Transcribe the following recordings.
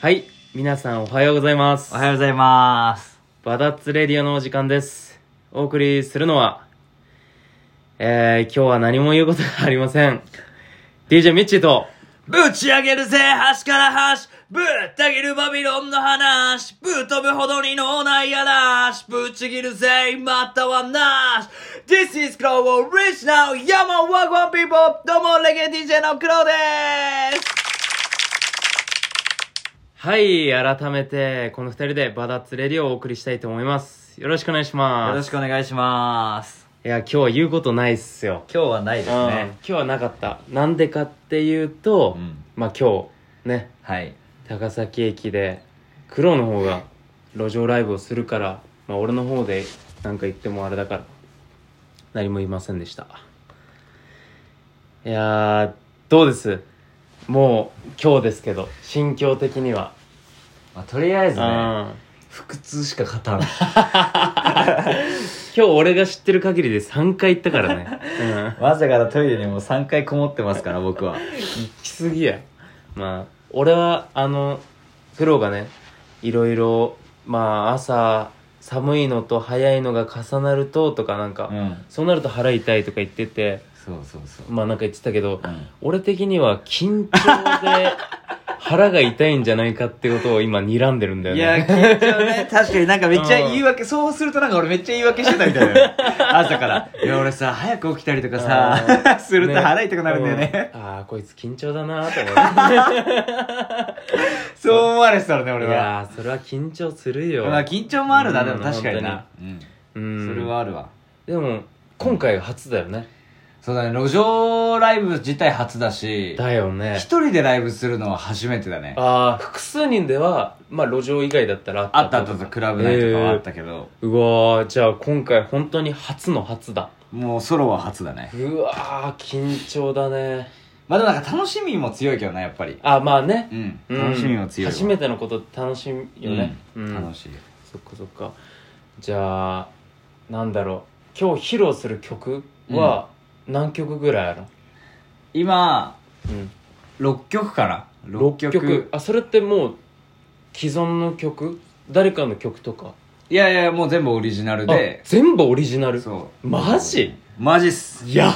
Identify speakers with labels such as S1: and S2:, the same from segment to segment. S1: はい皆さんおはようございます
S2: おはようございます。
S1: バダッツレディオのお時間ですお送りするのはえー、今日は何も言うことがありません DJ ミッチーと
S2: ぶち上げるぜ、端から端。ぶった切るバビロンの話。ぶっ飛ぶほどに脳内嵐。ぶち切るぜ、またはなし。This is Global Rich Now, Yama Wagwan People. どうも、レゲエ DJ のクロです。
S1: はい改めてこの二人でバダッツレディオをお送りしたいと思いますよろしくお願いし
S2: よろ
S1: ます
S2: しくお願いします。
S1: いや今日は言うことないっすよ
S2: 今日はないです
S1: うん
S2: ね
S1: 今。日はなかったなんでかっていうと、
S2: うん
S1: まあ今日ね
S2: はい。
S1: 高崎駅でクロの方が路上ライブをするから、まあ、俺の方で何か言ってもあれだから何も言いませんでしたいやーどうですもう今日ですけど心境的には、
S2: まあ、とりあえず
S1: うん
S2: ね、
S1: 今
S2: 腹痛しか勝たん。
S1: 日俺が知ってる限りで3回行ったから ね、うん、行
S2: まさかのトイレにもう3回こもってますから、僕は。
S1: き過ぎやまあ俺はあの苦労がねいろいろまあ朝寒いのと早いのが重なるととかなんか、
S2: うん。
S1: そうなると腹痛いとか言ってて
S2: そうそうそう。
S1: まあなんか言ってたけど
S2: うん
S1: 俺的には緊張で 腹が痛いんじゃないかってことを今睨んでるんだよ
S2: いや、
S1: ね
S2: 緊 張ね。確かになんかめっちゃ
S1: うん
S2: 言い訳、そうするとなんか俺めっちゃ言い訳してたみた いだよね。朝から。いや、俺さ、早く起きたりとか
S1: あ
S2: さ、
S1: ー
S2: すると腹痛くなるんだよね。、
S1: うああこいつ緊張だなと思
S2: そう思われてたのね、
S1: って
S2: 俺
S1: い
S2: は。
S1: やーそれは緊張するよ、
S2: まあ、緊張もあるな、で
S1: う
S2: も
S1: ん
S2: 確かにな。うん。
S1: うん
S2: それはあるわ。
S1: でも今回が初だよね
S2: そうだね、路上ライブ自体初だし、
S1: だよね
S2: 一人でライブするのは初めてだね。
S1: ああ複数人ではまあ路上以外だったら
S2: あったあったと、クラブ内とかはあったけど、
S1: うわーじゃあ今回本当に初の初だ
S2: もうソロは初だね。
S1: うわー緊張だね
S2: まあでもなんか楽しみも強いけどな、やっぱり。
S1: あまあね
S2: う、ん。
S1: うん
S2: 楽しみも強いわ。
S1: 初めてのことって楽しみよね
S2: うん
S1: うん
S2: 楽しい。
S1: そっかそっかじゃあなんだろう今日披露する曲は何曲ぐらいあるの、
S2: 今、
S1: うん
S2: 6曲かな6曲
S1: あそれってもう既存の曲誰かの曲とか
S2: いやいやもう全部オリジナル
S1: あ
S2: で
S1: 全部オリジナル
S2: そう
S1: マジ
S2: マジっす
S1: や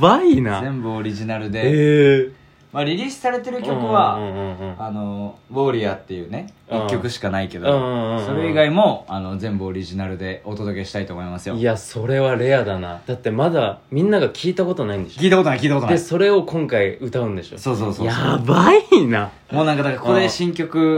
S1: ばい
S2: 全部オリジナルで、
S1: え
S2: まあ、リリースされてる
S1: え
S2: 曲は、
S1: うんうんうんうん
S2: あの「ウォーリアー」っていうね
S1: うん
S2: 1曲しかないけ
S1: うん
S2: ど、
S1: うんうんうん
S2: それ以外もあの全部オリジナルでお届けしたいと思いますよ
S1: いやそれはレアだなだってまだみんなが聞いたことないんでしょ
S2: 聞いたことない聞いたことな
S1: で
S2: い
S1: それを今回歌うんでしょ
S2: そうそうそうそう
S1: やばいな
S2: もうなんかだからここで新曲
S1: も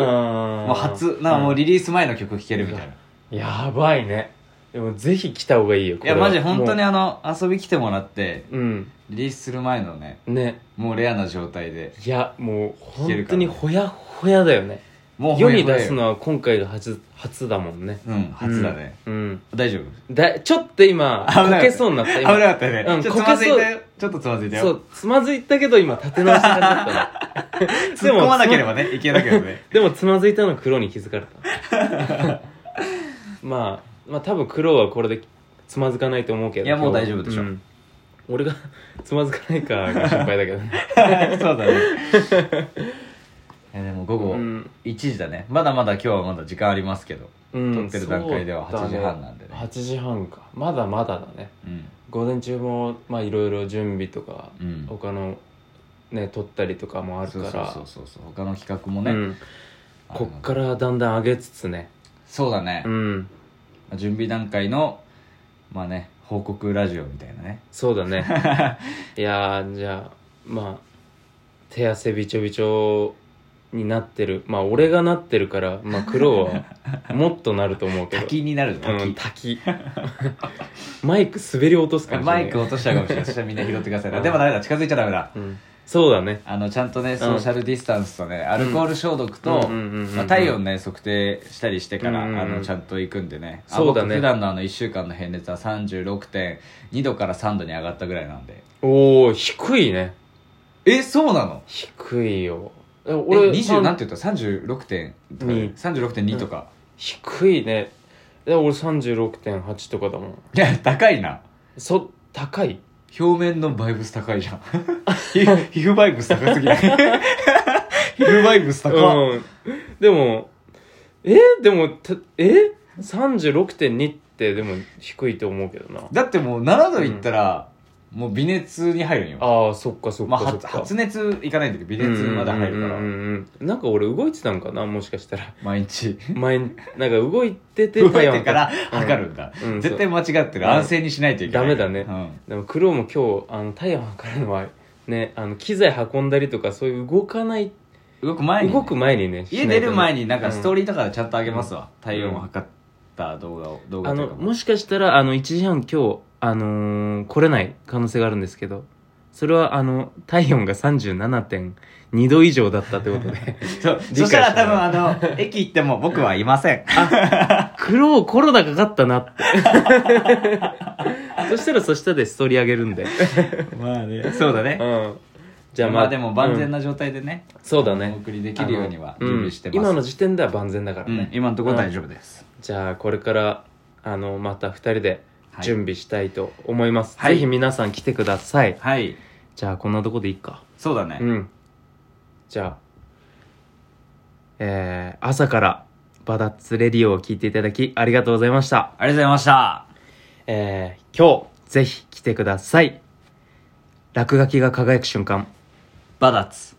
S2: もう初なんかもうリリース前の曲聴けるみたいな、
S1: やばいねでもぜひ来た方がいいよこ
S2: い
S1: れ
S2: や
S1: は
S2: マジ本当に
S1: も
S2: あの遊び来てもらって
S1: ううん
S2: リリースする前のね
S1: ね
S2: もうレアな状態で
S1: いやもう
S2: 聞け
S1: 本
S2: るか
S1: 当
S2: ら
S1: にほやほやだよね
S2: もう
S1: 世
S2: ほや
S1: に
S2: ほや
S1: 出すのは今回が初初だもんね
S2: うん初だね、
S1: うん、
S2: 大丈夫
S1: うんだちょっと今
S2: 危なかった
S1: こけそうになった
S2: 危
S1: 今
S2: なかったよね、
S1: うん
S2: ちょっとつま
S1: こけそ
S2: ずいたよちょっとつまずいたよ
S1: そうつまずいたけど今立て直した感 じだった
S2: 突
S1: の
S2: っ込まなけれ
S1: ば
S2: ばねいけなければね
S1: でもつまずいたのは黒に気づかれた まあまあ多分黒はこれでつまずかないと思うけど
S2: いやもう
S1: 今日
S2: 大丈夫でしょ
S1: ん俺が つまずかないかが心配だけどね
S2: そうだね いやでも午後
S1: うん
S2: 1時だねまだまだ今日はまだ時間ありますけど
S1: うん
S2: 撮ってる段階では
S1: そうだね
S2: 8時半なんでね
S1: 8時半かまだまだだね
S2: うん
S1: 午前中もまあいろいろ準備とか、
S2: うん
S1: 他のね撮ったりとかもあるか
S2: そう
S1: ら
S2: そうそうそうそう他の企画も
S1: う
S2: ね
S1: ん、こっからだんだん上げつつね
S2: そうだね
S1: う、ん
S2: まあ準備段階のまあね報告ラジオみたいなね
S1: そうだ ねいやーじゃあまあ手汗びちょびちょになってるまあ俺がなってるからまあ苦労はもっとなると思うけど
S2: 滝になる滝、
S1: うん、滝 マイク滑り落とすかもしれな
S2: マ
S1: い
S2: イク落としたかもしれないそしたらみんな拾ってください、
S1: うん
S2: でもダメだ近づいちゃダメだ
S1: うん、そうだね
S2: あのちゃんとねソーシャルディスタンスとね、アルコール消毒と
S1: うんうんうんうんうん
S2: まあ体温ね測定したりしてから、
S1: うんうんうん
S2: あのちゃんと行くんでねあ
S1: そうだね
S2: 僕普段のあの1週間の平熱は36.2度から3度に上がったぐらいなんで
S1: おお低いね
S2: えそうなの
S1: 低いよえ
S2: え
S1: 俺
S2: 20なん
S1: て
S2: て言った 36.2,
S1: に
S2: 36.2とか、
S1: 低いねえ俺36.8とかだもん
S2: いや高いな
S1: そ高い
S2: 表面のバイブス高いじ ゃん皮膚皮膚バイブス高すぎない皮膚バイブス高っ、
S1: うん、でもえでもたえ36.2ってでも低いと思うけどな
S2: だってもう7度いったら、もう微熱に入るんよ
S1: ああそっかそっ
S2: ま
S1: か
S2: あ
S1: そっ
S2: 発
S1: か、
S2: 発熱いかないんだけど微熱まだ入るから、
S1: うんうんうんうんなんか俺動いてたんかなもしかしたら
S2: 毎日
S1: 前になんか動いてて
S2: 動い
S1: 体温
S2: てから 測るんだ、
S1: うん
S2: 絶対間違ってる、
S1: うん
S2: 安静にしないといけない
S1: ダメだ
S2: ね、
S1: でもクロウも今日あの体温測るのはねあの機材運んだりとかそういう動かない
S2: うん動く前にね、
S1: 動く前にね
S2: 家出る前
S1: に
S2: になんかストーリーとかでちゃんとあげますわ、体温を測った動画を動画
S1: あ
S2: とい
S1: の
S2: うか
S1: もしかしたらあの1時半今日あのー来れない可能性があるんですけどそれはあの体温が37.2度以上だったってこと で
S2: そう
S1: 解
S2: そしたら
S1: して
S2: 多
S1: も
S2: 分
S1: ら
S2: あの駅行っても僕はいません
S1: クロウコロナかかったなって そしたらそしたでストーリーあげるん で、
S2: まあねそうだね
S1: うん、
S2: じ
S1: じ
S2: ゃ
S1: ゃ
S2: あ
S1: あ
S2: まあでも万全
S1: な、
S2: な状態でね、
S1: うんそうだ
S2: お
S1: ね
S2: 送りできるようには
S1: あの
S2: 準備して
S1: うん
S2: ます、
S1: 今の時点では万全だから
S2: うん
S1: ね、
S2: 今のところ大丈夫です、
S1: じゃあこれからあのまた2人で
S2: はい
S1: 準備したいと思います、
S2: はい
S1: ぜひ皆さん来てください
S2: はい
S1: じゃあこんなとこでいいか
S2: そうだね、
S1: うんじゃあえー、朝からバダッツレディオを聞いていただきありがとうございました
S2: ありがとうございました
S1: えー、今日ぜひ来てください落書きが輝く瞬間
S2: バダツ